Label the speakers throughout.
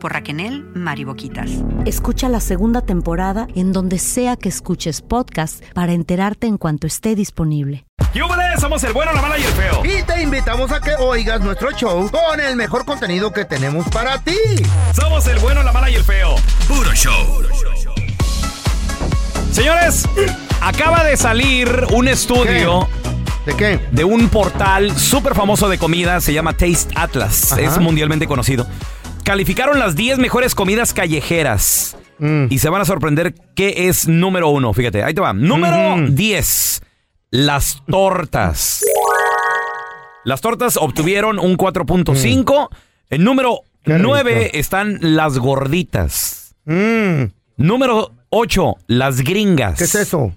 Speaker 1: Por Raquenel Mariboquitas.
Speaker 2: Escucha la segunda temporada en donde sea que escuches podcast para enterarte en cuanto esté disponible.
Speaker 3: ¡Yúbales! Somos el bueno, la mala y el feo.
Speaker 4: Y te invitamos a que oigas nuestro show con el mejor contenido que tenemos para ti.
Speaker 3: Somos el bueno, la mala y el feo. Puro show. Señores, acaba de salir un estudio.
Speaker 4: ¿De qué?
Speaker 3: De un portal súper famoso de comida, se llama Taste Atlas.
Speaker 4: Ajá.
Speaker 3: Es mundialmente conocido. Calificaron las 10 mejores comidas callejeras.
Speaker 4: Mm.
Speaker 3: Y se van a sorprender qué es número uno. Fíjate, ahí te va. Número 10. Las tortas. Las tortas obtuvieron un 4.5. En número
Speaker 4: Mm. rico.
Speaker 3: 9 están las gorditas. Número 8, las gringas.
Speaker 4: Mm. ¿Qué es eso?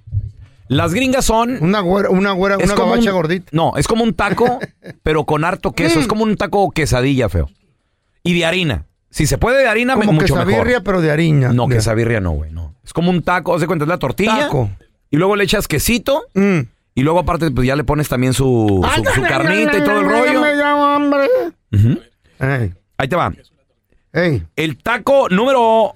Speaker 3: Las gringas son...
Speaker 4: Una güera, una güera,
Speaker 3: es
Speaker 4: una
Speaker 3: como
Speaker 4: gabacha
Speaker 3: un-
Speaker 4: gordita. Mm.
Speaker 3: No, es como un taco, pero con harto queso. Es como un taco quesadilla, feo. Y de harina. Si se puede de harina, me-
Speaker 4: Como
Speaker 3: mucho
Speaker 4: quesabirria,
Speaker 3: mejor.
Speaker 4: pero de harina.
Speaker 3: No,
Speaker 4: De-
Speaker 3: quesabirria no, güey, no. Es como un taco, haz de cuenta, es la tortilla.
Speaker 4: Taco.
Speaker 3: Y luego le echas quesito.
Speaker 4: Mm.
Speaker 3: Y luego aparte, pues ya le pones también su, su, su carnita y todo el rollo.
Speaker 4: me llamo hambre.
Speaker 3: Ujú.
Speaker 4: Ey,
Speaker 3: Ahí te va.
Speaker 4: ey.
Speaker 3: El taco número...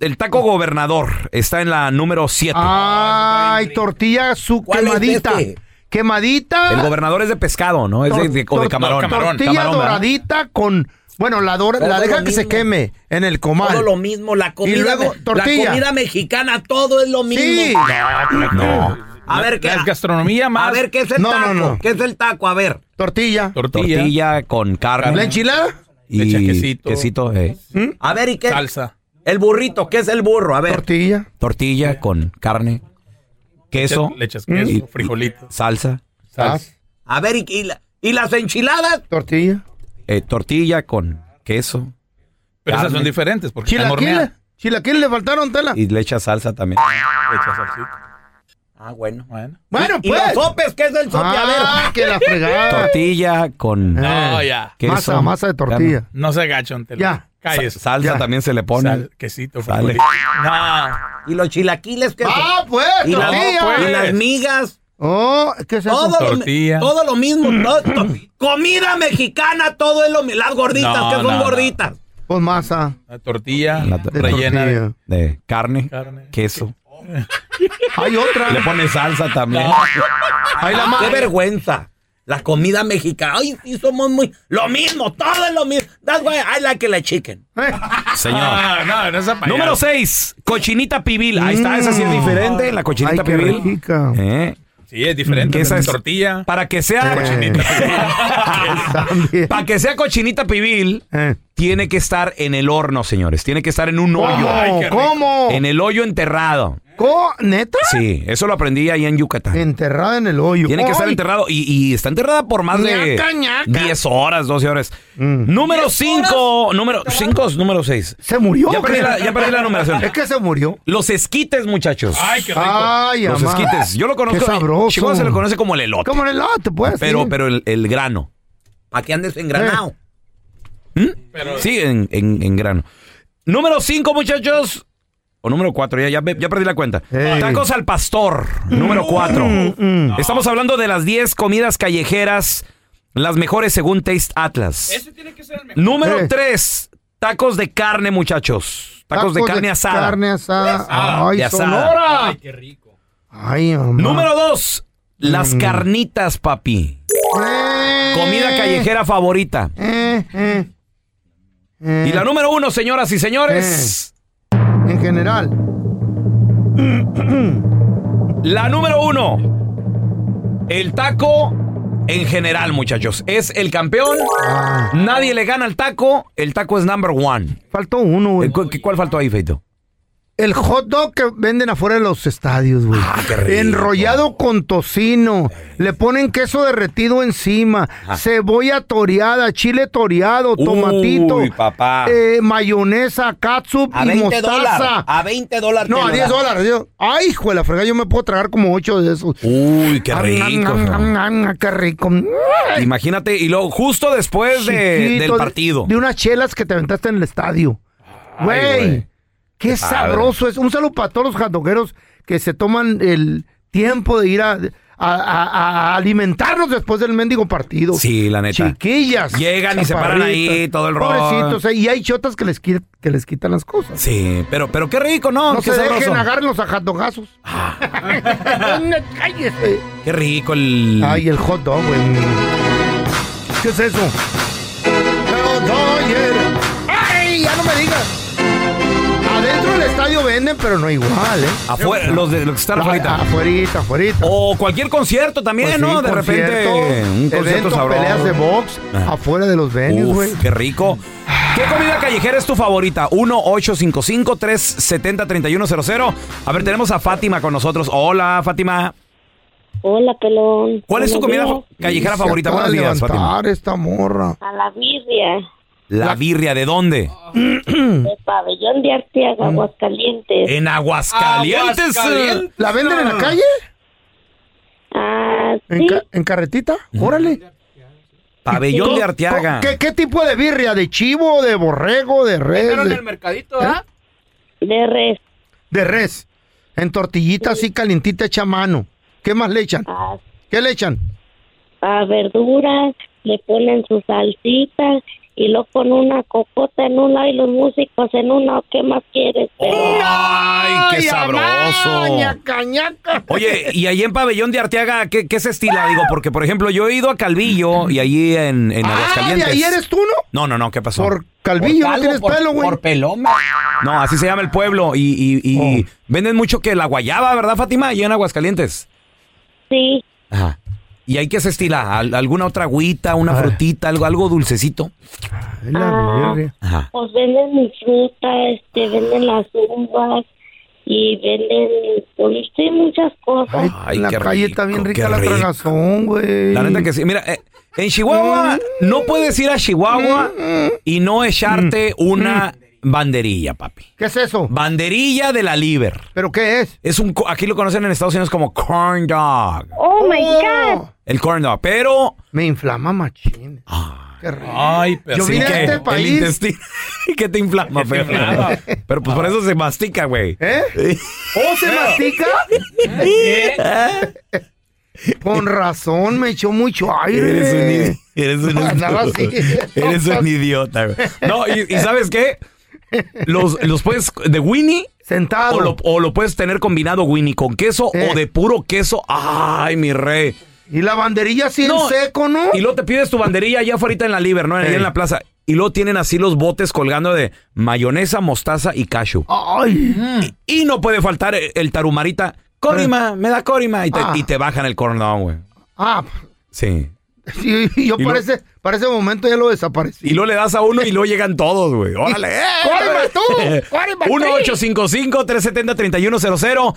Speaker 3: El taco gobernador está en la número 7.
Speaker 4: Ah. Ay, tortilla su
Speaker 5: ¿Cuál es
Speaker 4: quemadita.
Speaker 5: este?
Speaker 4: Quemadita.
Speaker 3: El gobernador es de pescado, ¿no? Es de, de- o de
Speaker 4: Tor-
Speaker 3: camarón.
Speaker 4: tor- Tortilla
Speaker 3: Camarón, ¿verdad?
Speaker 4: doradita con. Bueno, la, dora-
Speaker 5: Todo
Speaker 4: la deja
Speaker 5: lo
Speaker 4: que se
Speaker 5: mismo.
Speaker 4: queme en el comal.
Speaker 5: Todo lo mismo, la comida,
Speaker 4: Y luego,
Speaker 5: me-
Speaker 4: tortilla.
Speaker 5: la comida mexicana, todo es lo mismo.
Speaker 4: Sí.
Speaker 3: No.
Speaker 5: A ver qué,
Speaker 6: La gastronomía más.
Speaker 5: a ver qué es el
Speaker 4: No, no,
Speaker 5: taco,
Speaker 4: no.
Speaker 5: qué es el taco, a ver.
Speaker 4: Tortilla.
Speaker 3: Tortilla. con carne.
Speaker 4: ¿La enchilada?
Speaker 6: Le
Speaker 3: y
Speaker 6: echa quesito.
Speaker 3: quesito, eh.
Speaker 5: A ver y qué.
Speaker 6: Salsa.
Speaker 5: El burrito, ¿qué es el burro? A ver.
Speaker 4: Tortilla.
Speaker 3: Tortilla con carne, queso,
Speaker 6: Le echas queso,
Speaker 3: Y-
Speaker 6: frijolito.
Speaker 3: salsa,
Speaker 4: Sas.
Speaker 5: A ver y, y la- y las enchiladas.
Speaker 4: Tortilla.
Speaker 3: eh, tortilla con queso
Speaker 6: Pero esas
Speaker 3: Carne.
Speaker 6: son diferentes porque están
Speaker 4: Chilaquiles.
Speaker 6: horneadas.
Speaker 4: Chilaquiles le faltaron tela.
Speaker 3: y le echa salsa también.
Speaker 6: Le echas salsita.
Speaker 5: Ah, bueno.
Speaker 6: Bueno.
Speaker 4: Bueno,
Speaker 5: Y
Speaker 4: pues.
Speaker 5: los sopes, ¿qué es el sope? A ver.
Speaker 4: Ah, que la fregada.
Speaker 3: Tortilla con
Speaker 4: Eh,
Speaker 6: No, ya.
Speaker 3: queso.
Speaker 4: Masa, masa de tortilla.
Speaker 6: No se agachan. te lo-
Speaker 4: Ya.
Speaker 3: carne.
Speaker 6: Calles.
Speaker 3: Sa- salsa
Speaker 4: Ya.
Speaker 3: también se le pone.
Speaker 6: Sal, quesito,
Speaker 3: Sale.
Speaker 6: frijolito. No.
Speaker 5: Ah. Y los chilaquiles, ¿qué es eso?
Speaker 4: Ah, pues,
Speaker 5: y, las,
Speaker 4: tortilla.
Speaker 6: pues.
Speaker 5: y las migas.
Speaker 4: Oh, ¿qué es eso?
Speaker 5: Todo, lo-
Speaker 6: Tortilla. Mm.
Speaker 5: todo lo mismo. todo- to- comida mexicana, todo es lo mismo. Las gorditas,
Speaker 6: No,
Speaker 5: que son
Speaker 6: no, no.
Speaker 5: gorditas.
Speaker 4: Con masa
Speaker 6: La tortilla
Speaker 3: La to-
Speaker 4: de
Speaker 6: rellena de-
Speaker 4: tortilla.
Speaker 3: de carne,
Speaker 6: Carne.
Speaker 3: queso.
Speaker 4: Hay otra.
Speaker 3: Le pone salsa también.
Speaker 4: Hay la
Speaker 5: Qué
Speaker 4: más.
Speaker 5: vergüenza. La comida mexicana. Ay, sí, somos muy. Lo mismo, todo es lo mismo. That's why I like la chicken.
Speaker 4: Eh.
Speaker 3: Señor.
Speaker 6: Ah, no, no es apagado.
Speaker 3: Número 6, cochinita pibil. Ahí está, esa sí es
Speaker 4: Mm.
Speaker 3: diferente, la
Speaker 4: Ay,
Speaker 3: cochinita
Speaker 4: qué
Speaker 3: pibil.
Speaker 4: rica.
Speaker 3: Eh,
Speaker 6: Sí, es diferente.
Speaker 3: Que esa
Speaker 6: Esa
Speaker 3: es-
Speaker 6: es tortilla.
Speaker 3: Para que sea
Speaker 4: Eh. También.
Speaker 3: para que sea cochinita pibil,
Speaker 4: Eh.
Speaker 3: tiene que estar en el horno, señores. Tiene que estar en un hoyo.
Speaker 4: Ay, qué rico. ¿Cómo?
Speaker 3: En el hoyo enterrado.
Speaker 4: ¿Cómo? ¿Neta?
Speaker 3: Sí, eso lo aprendí allá en Yucatán.
Speaker 4: Enterrada en el hoyo.
Speaker 3: Tiene que estar
Speaker 4: Ay.
Speaker 3: enterrado. Y, y está enterrada por más de
Speaker 4: Ñaca, ñaca. Mm.
Speaker 3: 10 horas, 12 horas. Número 5. Número 5, número 6.
Speaker 4: ¿Se murió?
Speaker 3: Ya
Speaker 4: o qué?
Speaker 3: perdí, la, ya perdí la numeración.
Speaker 4: Es que se murió.
Speaker 3: Los esquites, muchachos.
Speaker 6: Ay, qué rico.
Speaker 4: Ay,
Speaker 3: Los
Speaker 4: amá.
Speaker 3: esquites. Yo lo conozco.
Speaker 4: Qué sabroso.
Speaker 3: Chihuahua se le conoce como el elote.
Speaker 4: Como en el lote, pues.
Speaker 3: Pero,
Speaker 4: sí.
Speaker 3: pero el, el grano. ¿Mm?
Speaker 5: ¿Para qué andes engranado?
Speaker 6: Pero-
Speaker 3: Sí, en, en- en grano. Número 5, muchachos. O número 4, ya, ya, me- ya perdí la cuenta.
Speaker 4: Ey. Mm,
Speaker 3: Tacos al pastor, número 4. Estamos hablando de las 10 comidas callejeras, las mejores según Taste Atlas.
Speaker 6: Ese tiene que ser el mejor.
Speaker 3: Número
Speaker 4: Eh.
Speaker 3: 3, tacos de carne, muchachos. Tacos, de carne asada.
Speaker 4: Carne asada.
Speaker 6: asada,
Speaker 4: Ay,
Speaker 3: de asada.
Speaker 4: Sonora.
Speaker 6: Ay, qué rico.
Speaker 4: Ay, mamá. Mm.
Speaker 3: Número 2, las carnitas, papi.
Speaker 4: Eh,
Speaker 3: Comida callejera favorita.
Speaker 4: eh, eh, eh,
Speaker 3: Y la número 1, señoras y señores.
Speaker 4: En general.
Speaker 3: La número uno. El taco en general, muchachos. Es el campeón.
Speaker 4: Ah,
Speaker 3: Nadie le gana al taco. El taco es number one.
Speaker 4: faltó uno, güey.
Speaker 3: Eh, cu- ¿Cuál faltó ahí, Feito?
Speaker 4: El hot dog que venden afuera de los estadios, güey.
Speaker 3: Ah, qué rico.
Speaker 4: Enrollado con tocino. Le ponen queso derretido encima. Cebolla toreada, chile toreado, tomatito.
Speaker 3: Uy, papá.
Speaker 4: eh, mayonesa, catsup
Speaker 5: A
Speaker 4: y
Speaker 5: 20
Speaker 4: mostaza.
Speaker 5: dólares. A 20 dólares.
Speaker 4: No,
Speaker 5: te
Speaker 4: a
Speaker 5: lo
Speaker 4: 10
Speaker 5: dan.
Speaker 4: dólares. Dios. Ay, hijo de la fregada, yo me puedo tragar como 8 de esos.
Speaker 3: Uy, qué
Speaker 4: Ah,
Speaker 3: rico.
Speaker 4: ah,
Speaker 3: Fran.
Speaker 4: ah, ah, qué rico.
Speaker 3: Imagínate, y luego justo después de,
Speaker 4: Chiquito,
Speaker 3: del
Speaker 4: de-
Speaker 3: partido.
Speaker 4: De unas chelas que te aventaste en el estadio.
Speaker 3: güey.
Speaker 4: Güey, qué sabroso es. Un saludo para todos los jadogueros que se toman el tiempo de ir a, a- a- a alimentarnos después del mendigo partido.
Speaker 3: Sí, la neta.
Speaker 4: Chiquillas.
Speaker 3: Llegan y se paran
Speaker 4: chaparritas,
Speaker 3: ahí, todo el rollo.
Speaker 4: Pobrecitos, eh, y hay chotas que les, qui- que les quitan las cosas.
Speaker 3: Sí, pero, pero qué rico, ¿no?
Speaker 4: No
Speaker 3: qué
Speaker 4: se
Speaker 3: sabroso.
Speaker 4: dejen, agarren los ajadogazos.
Speaker 6: Ah.
Speaker 4: No, cállese.
Speaker 3: Qué rico el.
Speaker 4: eh. Ay, el hot dog, güey. ¿Qué es eso? Hot dog, yeah. ¡Ay! Ya no me digas. Adentro del estadio venden, pero no igual, ¿eh?
Speaker 3: afuera, los, de, los que están afuera.
Speaker 4: Afuerita, afuerita.
Speaker 3: O cualquier concierto también,
Speaker 4: Pues sí,
Speaker 3: ¿no? De repente,
Speaker 4: concierto,
Speaker 3: un concierto
Speaker 4: eventos,
Speaker 3: sabroso.
Speaker 4: peleas de box
Speaker 3: Ajá.
Speaker 4: afuera de los venues,
Speaker 3: Uf,
Speaker 4: güey.
Speaker 3: qué rico. ¿Qué comida callejera es tu favorita? 1-855-370-3100. A ver, tenemos a Fátima con nosotros. Hola, Fátima.
Speaker 7: Hola, pelón.
Speaker 3: ¿Cuál es tu comida
Speaker 7: Buenos días.
Speaker 3: fa- callejera
Speaker 4: Se
Speaker 3: favorita?
Speaker 4: acaba
Speaker 3: Buenos
Speaker 4: de
Speaker 3: días, Fátima.
Speaker 4: levantar esta morra.
Speaker 7: A la birria
Speaker 3: La birria, ¿de dónde?
Speaker 7: de Pabellón de Arteaga, Aguascalientes.
Speaker 3: En Mm. Eh, Aguascalientes. eh.
Speaker 6: Aguascalientes.
Speaker 4: ¿La venden en la calle?
Speaker 7: Ah,
Speaker 4: ¿En,
Speaker 7: sí,
Speaker 4: ca- en carretita? Órale.
Speaker 3: Pabellón de Arteaga.
Speaker 4: ¿Qué, qué tipo de birria? ¿De chivo, de borrego, de res?
Speaker 6: Pero en
Speaker 4: de-
Speaker 6: el mercadito, ¿ah?
Speaker 7: de res.
Speaker 4: De res. En tortillita así calientita hecha a mano. ¿Qué más le echan?
Speaker 7: A,
Speaker 4: ¿Qué le echan?
Speaker 7: a verduras, le ponen su salsita y lo ponen una cocota en un lado y los músicos en una. ¿Qué más quieres, pelón?
Speaker 3: ¡Ay, qué sabroso!
Speaker 4: ñaca, ñaca.
Speaker 3: Oye, y ahí en Pabellón de Arteaga, ¿qué, qué se estila? Digo, porque, por ejemplo, yo he ido a Calvillo y allí en, en
Speaker 4: Ah,
Speaker 3: Aguascalientes.
Speaker 4: ¿de ahí eres tú, no?
Speaker 3: No, no, no, ¿qué pasó?
Speaker 4: Por
Speaker 5: Por
Speaker 4: calvillo, no
Speaker 5: calvo,
Speaker 4: tienes
Speaker 5: por-
Speaker 4: pelo, güey.
Speaker 5: Por peloma.
Speaker 3: No, así se llama el pueblo y, y- y
Speaker 4: Oh.
Speaker 3: venden mucho que la guayaba, ¿verdad, Fátima? Allí en Aguascalientes.
Speaker 7: Sí,
Speaker 3: Ajá. ¿Y ahí qué se estila? ¿Al- ¿Alguna otra agüita, una
Speaker 4: Ah.
Speaker 3: frutita, algo, algo dulcecito?
Speaker 4: Ay, la birria.
Speaker 3: Ajá.
Speaker 7: pues venden mi fruta, este, venden las uvas y venden, pues, sí, muchas cosas.
Speaker 4: Ay,
Speaker 3: Ay,
Speaker 4: la
Speaker 3: qué
Speaker 4: calle está
Speaker 3: rico,
Speaker 4: bien
Speaker 3: qué
Speaker 4: rica la
Speaker 3: rico.
Speaker 4: tragazón, güey.
Speaker 3: La neta que sí. Mira, eh, en Chihuahua
Speaker 4: Mm.
Speaker 3: no puedes ir a Chihuahua y no echarte una banderilla, papi.
Speaker 4: Mm. ¿Qué es eso?
Speaker 3: Banderilla de la liver.
Speaker 4: ¿Pero qué es?
Speaker 3: Es un, co- aquí lo conocen en Estados Unidos como corn dog.
Speaker 7: Oh, my God.
Speaker 4: Oh,
Speaker 3: El corn dog, pero...
Speaker 4: Me inflama machín. Qué rico.
Speaker 6: Ay, pero
Speaker 4: Yo
Speaker 6: sí
Speaker 4: vine a
Speaker 6: que-
Speaker 4: este
Speaker 3: El
Speaker 4: país.
Speaker 3: intestino. que te inflama,
Speaker 6: Que te
Speaker 3: feo.
Speaker 6: inflama.
Speaker 3: Pero pues por eso se mastica, güey.
Speaker 4: ¿Eh? ¿O se mastica? Con razón, me echó mucho aire.
Speaker 3: Eres un, idi- eres un
Speaker 4: Andaba así.
Speaker 3: estúpido. Eres un idiota, güey. No, y, y ¿sabes qué? Los, los puedes de Winnie
Speaker 4: Sentado.
Speaker 3: o lo, o lo puedes tener combinado Winnie con queso
Speaker 4: Eh.
Speaker 3: o de puro queso. Ay, mi rey.
Speaker 4: Y la banderilla así
Speaker 3: No,
Speaker 4: en seco, ¿no?
Speaker 3: Y luego te pides tu banderilla allá afuera en la liber, ¿no? Ahí
Speaker 4: Eh.
Speaker 3: en la plaza. Y luego tienen así los botes colgando de mayonesa, mostaza y cashew.
Speaker 4: Ah. Ay,
Speaker 3: Y no puede faltar el, el tarumarita. Corima, me da corima. Y te,
Speaker 4: Eh. Ah.
Speaker 3: y te bajan el cornón, güey.
Speaker 4: ah,
Speaker 3: Sí.
Speaker 4: Sí, yo
Speaker 3: Y lo-
Speaker 4: para, ese, para ese momento ya lo desaparecí.
Speaker 3: Y luego le das a uno y luego llegan todos, güey. Órale. eh.
Speaker 4: ¡Córreme tú! ¡Córreme tú!
Speaker 3: 1-855-370-3100.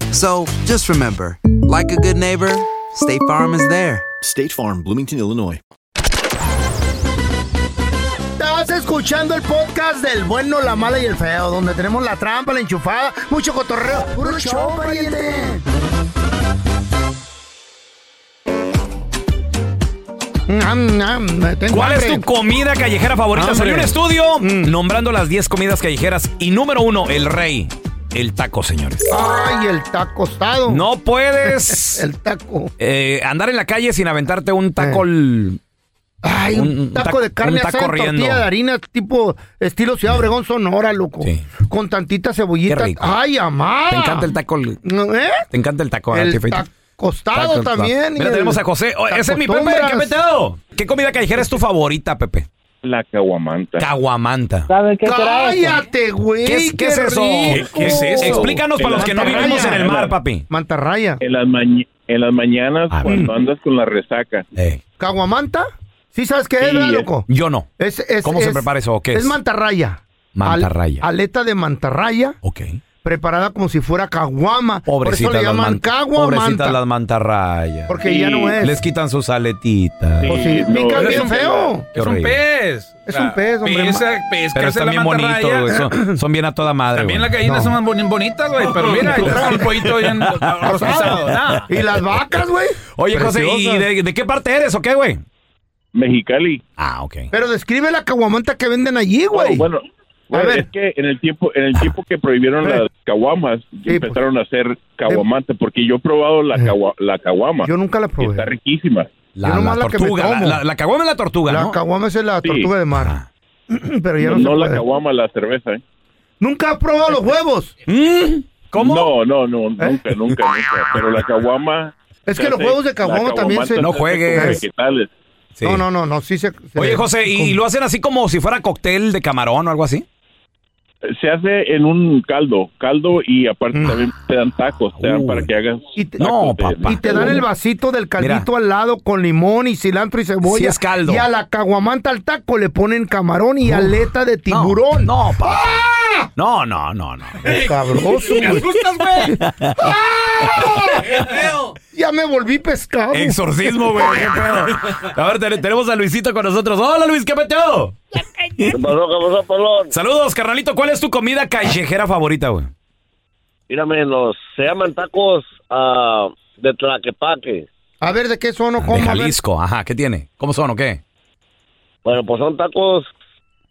Speaker 8: So just remember, like a good neighbor, State Farm is there. State Farm, Bloomington, Illinois.
Speaker 4: Estás escuchando el podcast del bueno, la mala y el feo, donde tenemos la trampa, la enchufada, mucho cotorreo. ¡Puro show, pariente!
Speaker 3: ¿Cuál es tu comida callejera favorita?
Speaker 4: Hambre. Mm.
Speaker 3: Salió un estudio nombrando las 10 comidas callejeras y número uno, el rey, el taco, señores.
Speaker 4: Ay, el taco estado.
Speaker 3: No puedes.
Speaker 4: el taco. Eh.
Speaker 3: Eh, andar en la calle sin aventarte un taco... al-
Speaker 4: Ay, un, taco, de carne
Speaker 3: un taco
Speaker 4: asada,
Speaker 3: riendo.
Speaker 4: tortilla de harina, tipo estilo Ciudad Obregón, Sonora, loco. Con tantita cebollita.
Speaker 3: Qué rico.
Speaker 4: Ay, amá.
Speaker 3: Te encanta el taco. el-
Speaker 4: ¿Eh?
Speaker 3: Te encanta el taco. ¿verdad,
Speaker 4: El
Speaker 3: Chefito?
Speaker 4: taco tostado
Speaker 3: Taco, taco.
Speaker 4: también. y
Speaker 3: Mira,
Speaker 4: el-
Speaker 3: tenemos a José. Oh, ese es mi Pepe.
Speaker 4: tacostumbras.
Speaker 3: ¿Qué peteo? ¿Qué comida callejera es tu favorita, Pepe?
Speaker 9: La caguamanta.
Speaker 3: Caguamanta.
Speaker 9: ¿Saben
Speaker 3: qué será eso?
Speaker 4: Cállate, güey.
Speaker 3: ¿Qué es- qué es eso? ¿Qué- qué es eso? Explícanos para los que no vivimos en el mar,
Speaker 9: papi.
Speaker 4: Mantarraya.
Speaker 9: En las, maña- en las mañanas
Speaker 6: Ah, mm.
Speaker 9: cuando andas con la resaca.
Speaker 4: ¿Caguamanta? ¿Sí sabes qué es,
Speaker 9: Sí,
Speaker 4: verdad,
Speaker 9: es-
Speaker 4: loco?
Speaker 3: Yo no.
Speaker 4: Es, es-
Speaker 3: ¿Cómo se
Speaker 4: es-
Speaker 3: prepara eso? ¿O qué es?
Speaker 4: Es mantarraya.
Speaker 3: Mantarraya.
Speaker 4: Al- aleta de mantarraya.
Speaker 3: Ok.
Speaker 4: Preparada como si fuera caguama. Por eso
Speaker 3: Pobrecitas
Speaker 4: le
Speaker 3: las,
Speaker 4: llaman
Speaker 3: man- pobrecitas
Speaker 4: caguamanta.
Speaker 3: las mantarrayas.
Speaker 4: Porque ya no Sí. es.
Speaker 3: Les quitan sus aletitas.
Speaker 4: Pues sí, Sí, pican no, bien es un- feo.
Speaker 3: Qué
Speaker 6: Es un
Speaker 3: horrible.
Speaker 6: pez.
Speaker 4: Es un pez, hombre.
Speaker 6: Pez, pez pues, que
Speaker 3: Pero
Speaker 6: hace
Speaker 3: están
Speaker 6: la
Speaker 3: bien
Speaker 6: mantarraya.
Speaker 3: bonitos, güey. Son, son bien a toda madre,
Speaker 6: También
Speaker 3: güey.
Speaker 6: las gallinas
Speaker 3: No.
Speaker 6: son son bonitas, güey. Pero mira, ahí está el pollito bien rostizado. nah.
Speaker 4: ¿Y las vacas, güey?
Speaker 3: Oye, José, ¿y
Speaker 4: Preciosas.
Speaker 3: de, de qué parte eres o qué, güey?
Speaker 9: Mexicali.
Speaker 3: Ah, ok.
Speaker 4: Pero describe la caguamanta que venden allí, güey.
Speaker 9: bueno, Bueno, es que en el tiempo en el tiempo que prohibieron las caguamas
Speaker 4: pues.
Speaker 9: empezaron a hacer caguamante porque yo he probado la cagua- la caguama. Yo
Speaker 4: nunca la probé.
Speaker 9: Está riquísima.
Speaker 3: La, la tortuga. La, la- la caguama es la tortuga,
Speaker 4: La
Speaker 3: ¿no?
Speaker 4: caguama es la tortuga de mar. Pero ya no,
Speaker 9: no,
Speaker 4: se
Speaker 9: no la
Speaker 4: puede.
Speaker 9: caguama, la cerveza, ¿eh?
Speaker 4: Nunca has probado los huevos.
Speaker 3: ¿Mm?
Speaker 4: ¿Eh?
Speaker 9: ¿Cómo? No, no, no, nunca, nunca, nunca. Pero la caguama.
Speaker 4: Es que
Speaker 9: se
Speaker 4: los
Speaker 9: hace-
Speaker 4: huevos de caguama
Speaker 9: la
Speaker 4: también se-
Speaker 9: caguamanta
Speaker 4: No
Speaker 9: hace
Speaker 4: juegues.
Speaker 9: con Vegetales.
Speaker 4: No, no, no, no, sí se. se-
Speaker 3: Oye, José, ¿y lo hacen así como si fuera cóctel de camarón o algo así?
Speaker 9: Se hace en un caldo, caldo y aparte también te dan tacos, te dan para que hagas.
Speaker 3: Uh. no,
Speaker 4: Y te dan el vasito del caldito al lado con limón y cilantro y cebolla.
Speaker 9: Sí es caldo.
Speaker 4: Y a la caguamanta al taco le ponen camarón y aleta de tiburón. ¡Ah!
Speaker 3: No, Ah. No, no, no, no.
Speaker 4: Sabroso,
Speaker 3: Me
Speaker 4: güey. ¡Ah!
Speaker 3: asustas, güey.
Speaker 4: Ya me volví pescado.
Speaker 3: Exorcismo, güey. qué pedo. A ver, ten- tenemos a Luisito con nosotros. Hola, Luis, ¿qué peteo? Saludos, carnalito. ¿Cuál es tu comida callejera favorita, güey?
Speaker 10: Mírame, los, se llaman tacos ah, de Tlaquepaque.
Speaker 4: A ver, ¿de qué son o
Speaker 3: De
Speaker 4: cómo? A ver.
Speaker 3: Jalisco. Ajá, ¿qué tiene? ¿Cómo son o qué?
Speaker 10: Bueno, pues son tacos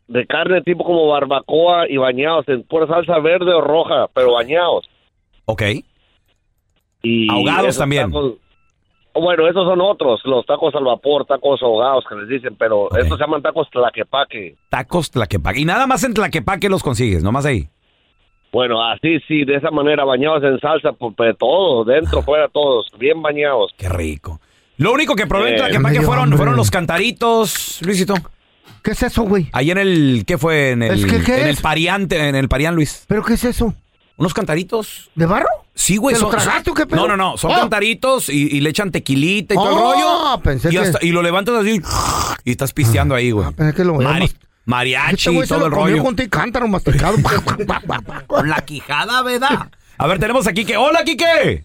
Speaker 10: de carne tipo como barbacoa y bañados en pura salsa verde o roja, pero bañados.
Speaker 3: Ok.
Speaker 10: Y
Speaker 3: Ahogados
Speaker 10: esos
Speaker 3: también.
Speaker 10: tacos- oh, bueno, esos son otros, los tacos al vapor, tacos ahogados que les dicen, pero estos se llaman tacos Tlaquepaque.
Speaker 3: Tacos Tlaquepaque. Y nada más en Tlaquepaque los consigues, nomás ahí.
Speaker 10: Bueno, así sí, de pues, esa manera, bañados en salsa, por, por todo, dentro, fuera, todos, bien bañados.
Speaker 3: Qué rico. Lo único que probé en
Speaker 4: Eh,
Speaker 3: Tlaquepaque
Speaker 4: medio
Speaker 3: fueron,
Speaker 4: hambre.
Speaker 3: fueron los cantaritos, Luisito.
Speaker 4: ¿Qué es eso, güey?
Speaker 3: Ahí en el, ¿qué fue? En el,
Speaker 4: ¿Es que qué
Speaker 3: en el
Speaker 4: es?
Speaker 3: pariante, en el parián, Luis.
Speaker 4: ¿Pero qué es eso?
Speaker 3: ¿Unos cantaritos?
Speaker 4: ¿De barro?
Speaker 3: Sí, güey.
Speaker 4: ¿Te lo
Speaker 3: son-
Speaker 4: tragaste o qué pedo?
Speaker 3: No, no, no. Son
Speaker 4: Oh.
Speaker 3: cantaritos y, y le echan tequilita y todo
Speaker 4: Oh,
Speaker 3: el rollo.
Speaker 4: pensé
Speaker 3: y,
Speaker 4: que-
Speaker 3: hasta- y lo levantas así y estás pisteando ahí, güey.
Speaker 4: Es que lo veo
Speaker 3: Mari-
Speaker 4: mas- Este
Speaker 3: mariachi
Speaker 4: güey
Speaker 3: y
Speaker 4: se
Speaker 3: ah, todo
Speaker 4: lo
Speaker 3: el
Speaker 4: comió
Speaker 3: rollo.
Speaker 4: con té cántaro masticado.
Speaker 3: Con la quijada, ¿verdad? A ver, tenemos a Quique. ¡Hola, Quique!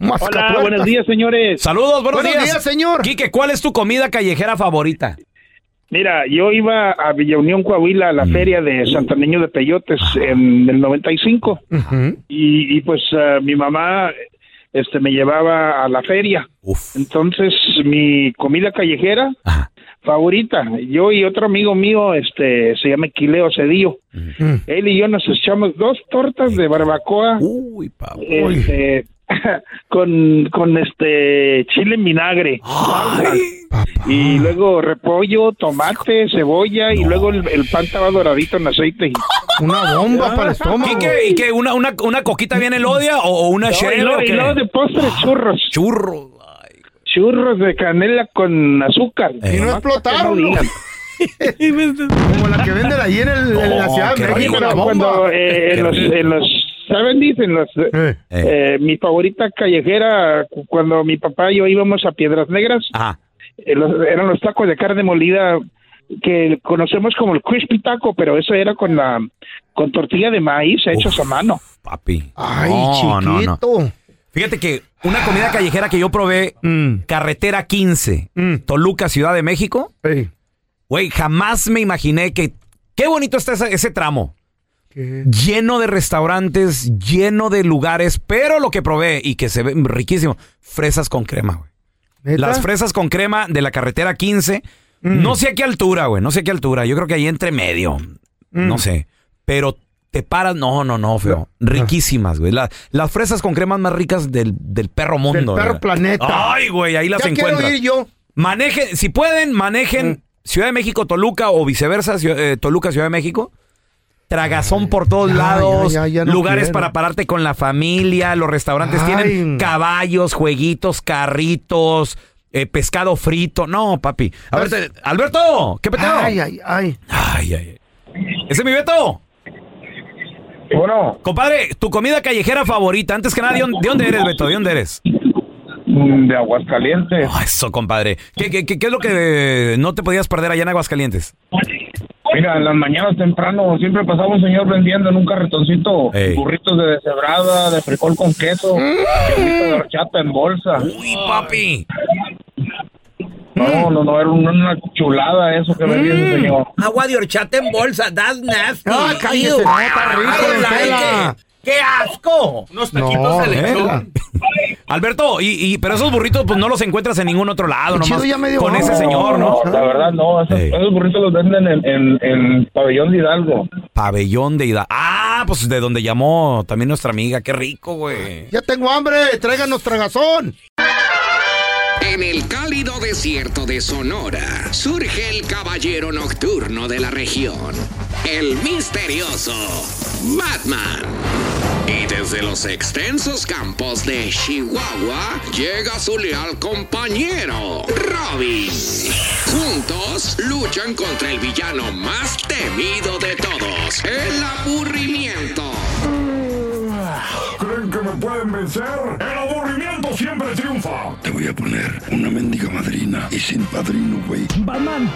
Speaker 4: Hola, buenos días,
Speaker 11: señores.
Speaker 3: Saludos, buenos,
Speaker 11: Buenos días,
Speaker 3: señor. Quique, ¿cuál es tu comida callejera favorita?
Speaker 11: Mira, yo iba a Villa Unión, Coahuila, a la feria de Santa Niño de Peyotes en el 95. Y, y, pues eh, mi mamá este, me llevaba a la feria. Entonces, mi comida callejera favorita, yo y otro amigo mío, este, se llama Quileo Cedillo. Él y yo nos echamos dos tortas de barbacoa. este, con, con este chile en vinagre. Y luego repollo, tomate, cebolla y luego el, el pan estaba doradito en aceite.
Speaker 4: Una bomba para el estómago.
Speaker 3: Quique, ¿y qué? ¿Una, una, una coquita bien elodia o, o una
Speaker 11: No, y
Speaker 3: chela?
Speaker 11: luego-
Speaker 3: o
Speaker 11: y
Speaker 3: qué?
Speaker 11: luego de postre churros.
Speaker 3: Churros.
Speaker 11: Churros de canela con azúcar.
Speaker 3: Eh.
Speaker 4: Y no explotaron.
Speaker 11: Que no
Speaker 4: ¿no?
Speaker 11: digan.
Speaker 4: Como la que venden ahí en, el, en la
Speaker 11: Oh,
Speaker 4: Ciudad
Speaker 11: qué
Speaker 4: de México.
Speaker 11: rico.
Speaker 4: la bomba.
Speaker 11: Cuando, eh, en, los, en los 70s, en los, eh, eh, mi favorita callejera, cu- cuando mi papá y yo íbamos a Piedras Negras, eh, los- eran los tacos de carne molida que conocemos como el crispy taco, pero eso era con la con tortilla de maíz hechos a mano.
Speaker 3: Papi.
Speaker 11: Ay,
Speaker 3: Fíjate que una comida callejera que yo probé,
Speaker 4: Mm.
Speaker 3: carretera 15, Toluca, Ciudad de México. Güey, jamás me imaginé que. Qué bonito está ese, ese tramo. Lleno de restaurantes, lleno de lugares, pero lo que probé y que se ve riquísimo, fresas con crema, güey.
Speaker 4: ¿Neta? Mm.
Speaker 3: Las fresas con crema de la carretera 15. No sé a qué altura, güey. No sé a qué altura. Yo creo que ahí entre medio.
Speaker 4: Mm.
Speaker 3: No sé. Pero te paras. No, no, no, feo. Riquísimas, güey. La- las fresas con cremas más ricas del, del perro mundo.
Speaker 4: perro
Speaker 3: güey.
Speaker 4: planeta.
Speaker 3: Ay, güey. Ahí las
Speaker 4: Ya quiero
Speaker 3: encuentras.
Speaker 4: ir yo. Mm.
Speaker 3: Manejen, si pueden, manejen Ciudad de México, Toluca o viceversa, Ciu- eh, Toluca, Ciudad de México. Tragazón por todos
Speaker 4: ya,
Speaker 3: lados,
Speaker 4: ya, ya, ya no
Speaker 3: lugares
Speaker 4: quiero.
Speaker 3: para pararte con la familia, los restaurantes
Speaker 4: Ay.
Speaker 3: tienen caballos, jueguitos, carritos, eh, pescado frito. No, papi. A ver, te- Alberto, ¿qué peteo?
Speaker 4: Ay, ay, ay.
Speaker 3: Ay, ay, ay. ¿Ese es mi Beto?
Speaker 11: Bueno.
Speaker 3: Compadre, tu comida callejera favorita. Antes que nada, ¿de dónde, de dónde eres, Beto? ¿De dónde eres? Ah,
Speaker 11: De Aguascalientes.
Speaker 3: eso, compadre. ¿Qué, qué- qué- qué es lo que eh, no te podías perder allá en Aguascalientes?
Speaker 11: Mira, en las mañanas temprano siempre pasaba un señor vendiendo en un carretoncito burritos de deshebrada, de frijol con queso, burritos de horchata en bolsa.
Speaker 3: Mm. ¡Uy, papi! Mm.
Speaker 11: No, no, no, era una, una chulada eso que vendía ese señor.
Speaker 5: Agua de horchata en bolsa, that's nasty.
Speaker 4: Ah, cállese,
Speaker 5: Ew.
Speaker 4: no, está rico,
Speaker 5: I don't
Speaker 4: don
Speaker 5: like
Speaker 4: Tela.
Speaker 5: it. ¡Qué asco! Unos
Speaker 3: ¿eh? Alberto, y, y- pero esos burritos pues no los encuentras en ningún otro lado,
Speaker 11: Qué
Speaker 3: Ah, nomás
Speaker 11: chido, ya me dio
Speaker 3: con
Speaker 11: hambre.
Speaker 3: ese señor, ¿no?
Speaker 11: La verdad, no, esos, esos burritos los venden en, en, en Pabellón de Hidalgo.
Speaker 3: Pabellón de Ida. Ah, pues de donde llamó también nuestra amiga. Qué rico, güey.
Speaker 4: Ya tengo hambre, tráiganos tragazón.
Speaker 12: En el cálido desierto de Sonora surge el caballero nocturno de la región, el misterioso Batman. Y desde los extensos campos de Chihuahua llega su leal compañero, Robin. Juntos luchan contra el villano más temido de todos, el aburrimiento.
Speaker 13: ¿Creen que me pueden vencer? ¡El aburrimiento siempre triunfa!
Speaker 14: Te voy a poner una mendiga madrina y sin padrino, güey.
Speaker 3: Batman,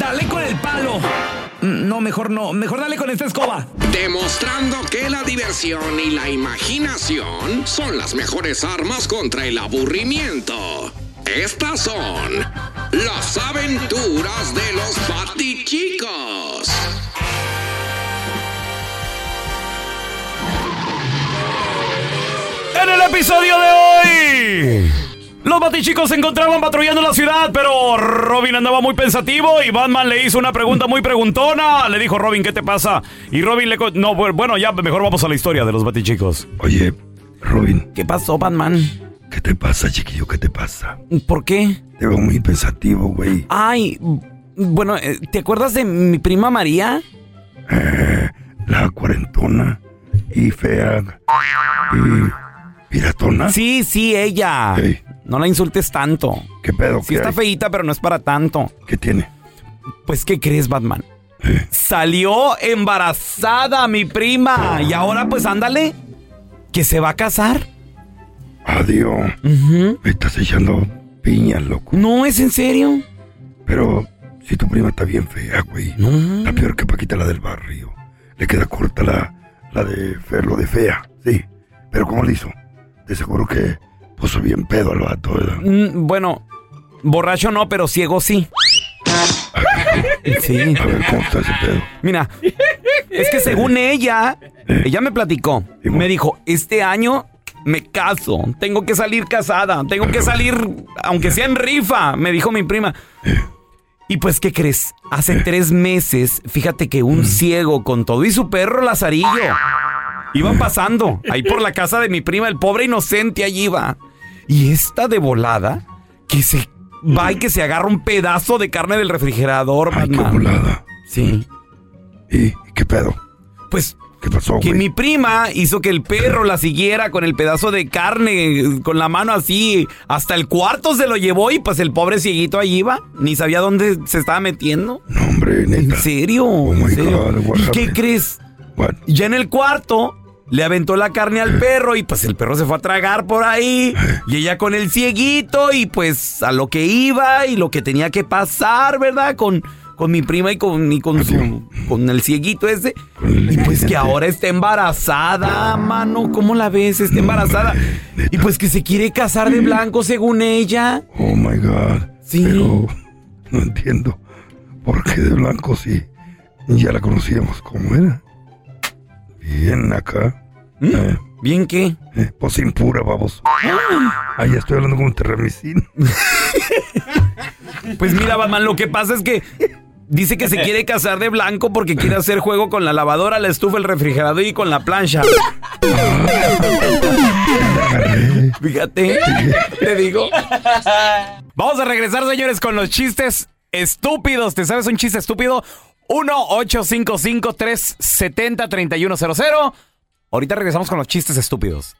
Speaker 3: dale con el palo. No, mejor no. Mejor dale con esta escoba.
Speaker 12: Demostrando que la diversión y la imaginación son las mejores armas contra el aburrimiento. Estas son las aventuras de los patichicos.
Speaker 3: En el episodio de hoy. Los batichicos se encontraban patrullando la ciudad, pero Robin andaba muy pensativo y Batman le hizo una pregunta muy preguntona. Le dijo, Robin, ¿qué te pasa? Y Robin le... co- No, bu- bueno, ya mejor vamos a la historia de los batichicos.
Speaker 14: Oye, Robin.
Speaker 3: ¿Qué pasó, Batman?
Speaker 14: ¿Qué te pasa, chiquillo? ¿Qué te pasa?
Speaker 3: ¿Por qué?
Speaker 14: Te veo muy pensativo, güey.
Speaker 3: Ay, bueno, eh, ¿te acuerdas de mi prima María?
Speaker 14: Eh, La cuarentona y fea y Mm, piratona.
Speaker 3: Sí, sí, ella.
Speaker 14: Ey,
Speaker 3: No la insultes tanto.
Speaker 14: ¿Qué pedo?
Speaker 3: Sí
Speaker 14: ¿Qué
Speaker 3: está
Speaker 14: hay?
Speaker 3: feíta, pero no es para tanto.
Speaker 14: ¿Qué tiene?
Speaker 3: Pues, ¿qué crees, Batman? Salió embarazada mi prima. Y ahora, pues, ándale. Que se va a casar.
Speaker 14: Adiós. Me estás echando piña, loco.
Speaker 3: No, es en serio.
Speaker 14: Pero si tu prima está bien fea, güey. Está peor que Paquita, la del barrio. Le queda corta la, la de fe- lo de fea, sí. Pero ¿cómo le hizo? De seguro que puso bien pedo al vato, ¿verdad?
Speaker 3: Mm, bueno, borracho no, pero ciego sí. Sí.
Speaker 14: A ver, ¿cómo está ese pedo?
Speaker 3: Mira, es que según ella, ella me platicó, me dijo, este año me caso, tengo que salir casada, tengo que salir, aunque sea en rifa, me dijo mi prima. Y pues, ¿qué crees? Hace tres meses, fíjate que un ciego con todo y su perro Lazarillo iban pasando ahí por la casa de mi prima, el pobre inocente allí iba. Y esta de volada, que se va y que se agarra un pedazo de carne del refrigerador, Batman. Sí.
Speaker 14: ¿Y qué pedo?
Speaker 3: Pues.
Speaker 14: ¿Qué pasó,
Speaker 3: Que
Speaker 14: güey?
Speaker 3: mi prima hizo que el perro la siguiera con el pedazo de carne, eh, con la mano así, hasta el cuarto se lo llevó y pues el pobre cieguito allí iba, ni sabía dónde se estaba metiendo.
Speaker 14: No, hombre, neta. Oh,
Speaker 3: ¿En serio? ¿En serio? ¿Y qué crees? Ya en el cuarto le aventó la carne al perro y pues el perro se fue a tragar por ahí y ella con el cieguito y pues a lo que iba y lo que tenía que pasar, ¿verdad? Con, con mi prima y con, y con su con el cieguito ese. Y pues que ahora está embarazada, mano, ¿cómo la ves? Está embarazada. Y pues que se quiere casar de blanco según ella.
Speaker 14: Oh my God. Sí. Pero no entiendo por qué de blanco si ya la conocíamos como era. Bien acá.
Speaker 3: ¿Mm?
Speaker 14: Eh.
Speaker 3: ¿Bien qué?
Speaker 14: pues impura, baboso. Ahí estoy hablando con un terremicino.
Speaker 3: Pues mira, Batman, lo que pasa es que dice que se quiere casar de blanco porque quiere hacer juego con la lavadora, la estufa, el refrigerador y con la plancha. Fíjate, te digo. Vamos a regresar, señores, con los chistes estúpidos. ¿Te sabes un chiste estúpido? 1-855-370-3100. Ahorita regresamos con los chistes estúpidos.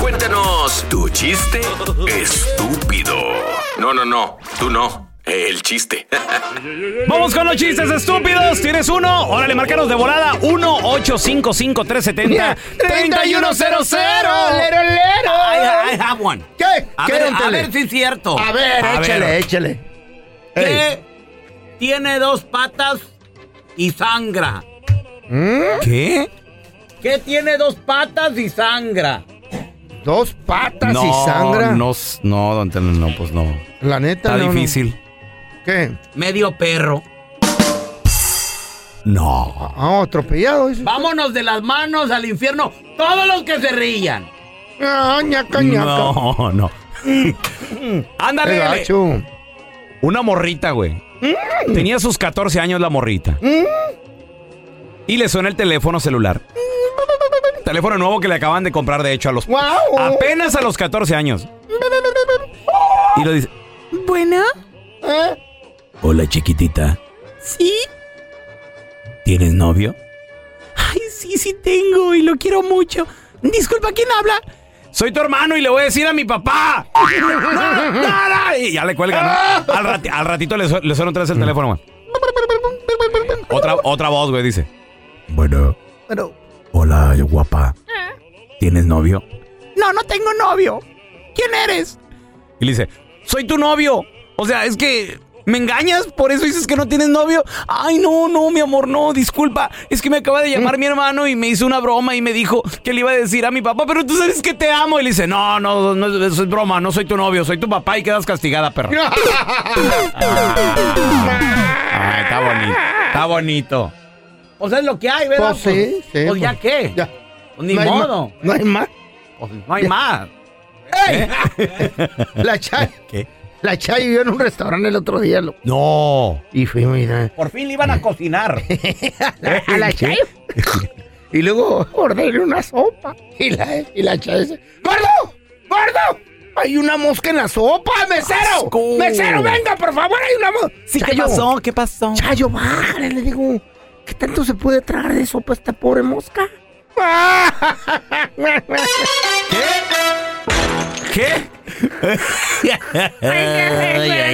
Speaker 12: Cuéntanos tu chiste estúpido. No, no, no. Tú no. El chiste.
Speaker 3: Vamos con los chistes estúpidos. ¿Tienes uno? Órale, márcanos de volada. 1-855-370-3100.
Speaker 4: Lero, lero.
Speaker 5: I, I have one.
Speaker 4: ¿Qué?
Speaker 5: A
Speaker 4: ¿Qué,
Speaker 5: ver,
Speaker 4: don
Speaker 5: a
Speaker 4: Tele?
Speaker 5: ver si es cierto.
Speaker 4: A ver,
Speaker 5: A
Speaker 4: échale,
Speaker 5: ver.
Speaker 4: échale.
Speaker 5: ¿Qué tiene dos patas y sangra?
Speaker 4: ¿Mm?
Speaker 3: ¿Qué?
Speaker 5: ¿Qué tiene dos patas y sangra?
Speaker 4: Dos patas y sangra.
Speaker 3: No, no, don Tele, no, pues no.
Speaker 4: La neta,
Speaker 3: Está
Speaker 4: no, no.
Speaker 3: difícil.
Speaker 4: ¿Qué?
Speaker 5: Medio perro.
Speaker 3: No.
Speaker 4: Ah, atropellado. dice.
Speaker 5: Vámonos de las manos al infierno todos los que se rillan.
Speaker 4: Ah, ñaca, ñaca.
Speaker 3: No, no.
Speaker 4: Qué
Speaker 3: Ándale.
Speaker 4: gacho.
Speaker 3: Una morrita, güey. Tenía sus 14 años la morrita. Y le suena el teléfono celular. Teléfono nuevo que le acaban de comprar, de hecho, a los... Apenas a los 14 años. Y lo dice...
Speaker 15: ¿Buena?
Speaker 3: Hola, chiquitita.
Speaker 15: Sí.
Speaker 3: ¿Tienes novio?
Speaker 15: Ay, sí, sí tengo y lo quiero mucho. Disculpa, ¿quién habla?
Speaker 3: Soy tu hermano y le voy a decir a mi papá. ¡No, no, no! Y ya le cuelga, ¿no? Al, rati- al ratito le, su- le suena otra vez el teléfono, güey. Otra, otra voz, güey, dice. Bueno.
Speaker 15: Bueno.
Speaker 3: Hola, guapa.
Speaker 15: Ah.
Speaker 3: ¿Tienes novio?
Speaker 15: No, no tengo novio. ¿Quién eres?
Speaker 3: Y le dice, soy tu novio. O sea, es que me engañas, por eso dices que no tienes novio. Ay, no, no, mi amor, no, disculpa. Es que me acaba de
Speaker 5: Mm.
Speaker 3: llamar mi hermano y me hizo una broma y me dijo que le iba a decir a mi papá, pero tú sabes que te amo. Y le dice, no, no, no, eso es broma, no soy tu novio, soy tu papá y quedas castigada, perro. Ay, está bonito, está bonito.
Speaker 5: Pues es lo que hay, ¿verdad?
Speaker 4: Pues sí, sí,
Speaker 5: pues ya
Speaker 4: pues,
Speaker 5: qué. Pues ni
Speaker 4: No hay
Speaker 5: modo.
Speaker 4: ma- No hay más.
Speaker 5: Pues no hay más.
Speaker 4: La Chay.
Speaker 3: ¿Qué?
Speaker 4: La Chay vivió en un restaurante el otro día, loco.
Speaker 3: No.
Speaker 4: Y fui, mira.
Speaker 5: Por fin le iban a cocinar.
Speaker 4: A la Chay. y luego ordené una sopa. Y la, y la Chay dice: ¡Gordo! ¡Gordo! Hay una mosca en la sopa, mesero.
Speaker 15: Asco.
Speaker 4: Mesero, venga, por favor, hay una mosca.
Speaker 15: Sí, ¿qué pasó? ¿Qué pasó?
Speaker 4: Chayo, bájale, le digo. ¿Qué tanto se puede tragar de sopa esta pobre mosca?
Speaker 3: ¿Qué? Ay, ay,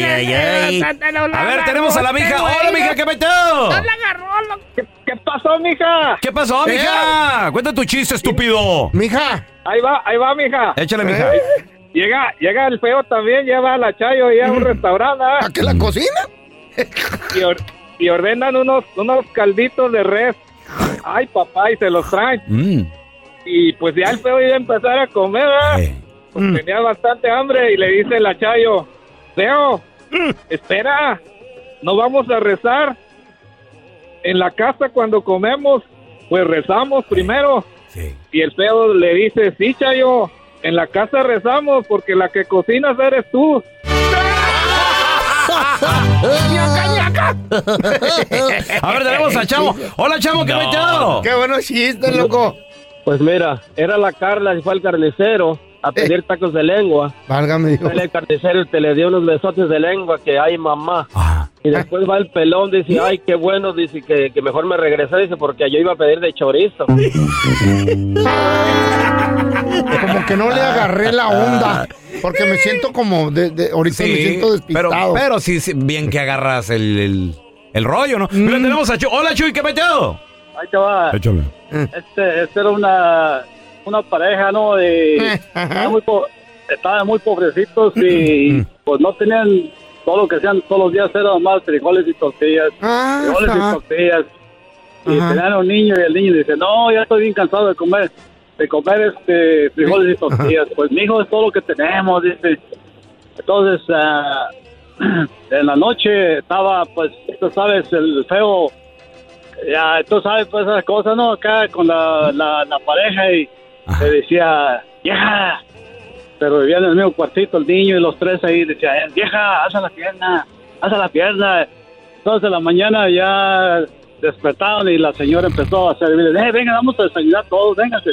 Speaker 3: ay, ay. A ver, tenemos a la mija. Hola, mija, ¿qué
Speaker 16: No
Speaker 3: peteo?
Speaker 16: la agarró. lo- ¿Qué, qué pasó, mija? ¿Eh?
Speaker 3: ¿Qué pasó, mija? Cuenta tu chiste, estúpido.
Speaker 4: Mija. ¿Eh?
Speaker 16: Ahí va, ahí va, mija.
Speaker 3: Échale, mija.
Speaker 16: Llega, llega el feo también, lleva a la Chayo ahí a un restaurante. ¿A
Speaker 4: qué la cocina?
Speaker 16: y, or- y ordenan unos, unos calditos de res. Ay, papá, y se los traen.
Speaker 15: Mm.
Speaker 16: Y pues ya el feo iba a empezar a comer, ¿verdad? Pues
Speaker 3: Mm.
Speaker 16: tenía bastante hambre y le dice la Chayo, Feo,
Speaker 3: Mm.
Speaker 16: espera, no vamos a rezar. En la casa cuando comemos, pues rezamos primero. Y el feo le dice, sí, Chayo, en la casa rezamos porque la que cocinas eres tú.
Speaker 3: A ver, tenemos a Chavo. Hola, Chavo, ¿qué
Speaker 16: No.
Speaker 3: peteo?
Speaker 16: Qué bueno chiste, loco. Pues mira, era la Carla y fue al carnicero a pedir tacos de lengua.
Speaker 4: Válgame Dios.
Speaker 16: Sale El carnicero y te le dio unos besotes de lengua que hay mamá. Y después va el pelón, dice, ay, qué bueno, dice que, que mejor me regresé, dice, porque yo iba a pedir de chorizo.
Speaker 4: Como que no le
Speaker 3: Ah.
Speaker 4: agarré la onda. Porque me siento como. De, de- ahorita me siento
Speaker 3: pero,
Speaker 4: despistado.
Speaker 3: pero sí, sí, bien que agarras el, el, el rollo, ¿no? Mira,
Speaker 4: Mm.
Speaker 3: tenemos a Chuy. Hola, Chuy, ¿qué peteo?
Speaker 17: Ahí te va.
Speaker 3: Échale.
Speaker 17: Este, este era una, una pareja, ¿no? De, estaban, muy po- estaban muy pobrecitos y pues no tenían todo lo que sean todos los días, eran más frijoles y tortillas. frijoles
Speaker 18: Ah, ajá.
Speaker 17: y tortillas. Y
Speaker 18: Ajá.
Speaker 17: tenían un niño y el niño dice, no, ya estoy bien cansado de comer, de comer este frijoles y tortillas. Pues mi hijo es todo lo que tenemos, dice. Entonces, ah, en la noche estaba, pues, tú sabes, el feo ya, tú sabes, pues esas cosas, ¿no? Acá con la, la, la pareja y le decía, vieja, pero vivían en el mismo cuartito el niño y los tres ahí, decía, "Eh, vieja, haz a la pierna, haz a la pierna. Entonces, en la mañana ya despertaron y la señora empezó a servir, eh, venga, vamos a desayunar todos, véngase.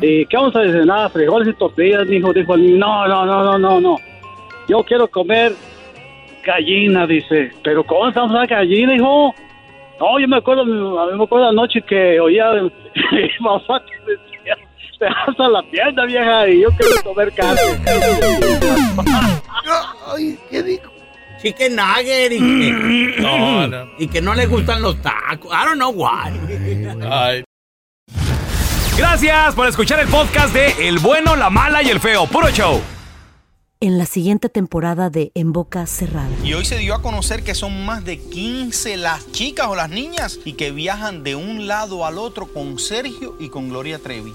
Speaker 17: ¿Y qué vamos a desayunar? Frijoles y tortillas, dijo, dijo, el niño, no, no, no, no, no, no. Yo quiero comer gallina, dice. ¿Pero cómo estamos a gallina, hijo? No, yo me acuerdo, a mí me acuerdo la noche que oía mi mamá que decía, te vas a la tienda, vieja, y yo quiero comer carne.
Speaker 4: Ay, ¿qué dijo?
Speaker 5: Chicken nugget y
Speaker 3: Mm.
Speaker 5: que, no, no. y que no le gustan los tacos. I don't know why.
Speaker 3: Gracias por escuchar el podcast de El Bueno, la Mala y el Feo. Puro show.
Speaker 2: En la siguiente temporada de En Boca Cerrada.
Speaker 19: Y hoy se dio a conocer que son más de 15 las chicas o las niñas y que viajan de un lado al otro con Sergio y con Gloria Trevi.